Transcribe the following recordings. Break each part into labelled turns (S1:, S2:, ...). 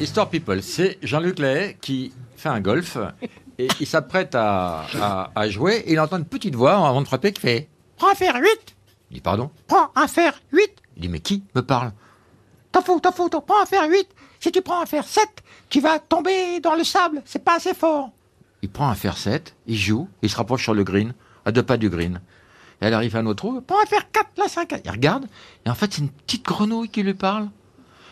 S1: Histoire People, c'est Jean-Luc Lahaye qui fait un golf et il s'apprête à, à- à jouer et il entend une petite voix avant de frapper qui fait
S2: Prends un fer 8
S1: Il dit pardon
S2: Prends un fer 8
S1: Il dit mais qui me parle
S2: T'en fous, t'en fous, t'en prends un fer 8 Si tu prends un fer 7, tu vas tomber dans le sable, c'est pas assez fort.
S1: Il prend un fer 7, il joue, il se rapproche sur le green, à deux pas du green. Et elle arrive à un autre trou,
S2: Prends un fer 4, la 5.
S1: il regarde et en fait c'est une petite grenouille qui lui parle.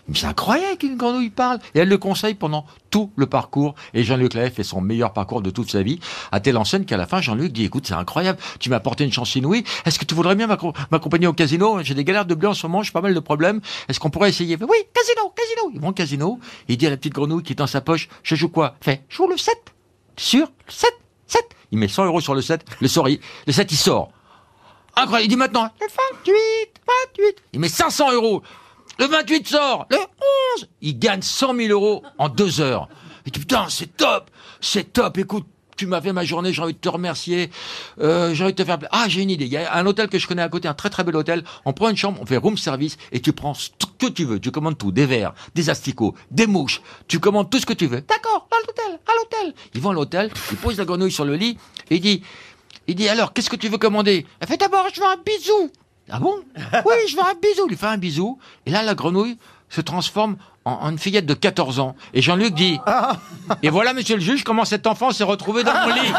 S1: Mais c'est incroyable qu'une grenouille parle et elle le conseille pendant tout le parcours et Jean-Luc Lahaye fait son meilleur parcours de toute sa vie à telle enseigne qu'à la fin Jean-Luc dit écoute c'est incroyable tu m'as apporté une chance inouïe est-ce que tu voudrais bien m'accro- m'accompagner au casino j'ai des galères de blé en ce moment j'ai pas mal de problèmes est-ce qu'on pourrait essayer Il fait, oui casino casino ils vont au casino il dit à la petite grenouille qui est dans sa poche je joue quoi Elle fait je joue le 7 sur le 7 7 il met 100 euros sur le 7 le sort il- le 7 il sort incroyable il dit maintenant
S2: Le 28, 28.
S1: il met 500 euros. Le 28 sort. Le 11, il gagne 100 000 euros en deux heures. Il dit, putain, c'est top. C'est top. Écoute, tu m'as fait ma journée. J'ai envie de te remercier. Euh, j'ai envie de te faire pla- Ah, j'ai une idée. Il y a un hôtel que je connais à côté, un très très bel hôtel. On prend une chambre, on fait room service et tu prends tout ce que tu veux. Tu commandes tout. Des verres, des asticots, des mouches. Tu commandes tout ce que tu veux.
S2: D'accord, dans l'hôtel, à l'hôtel.
S1: Ils vont à l'hôtel, ils posent la grenouille sur le lit et il dit, il dit, alors, qu'est-ce que tu veux commander? Elle fait d'abord, je veux un bisou. Ah bon? Oui, je veux un bisou. Il lui fait un bisou. Et là, la grenouille se transforme en, en une fillette de 14 ans. Et Jean-Luc dit, et voilà, monsieur le juge, comment cet enfant s'est retrouvé dans mon lit.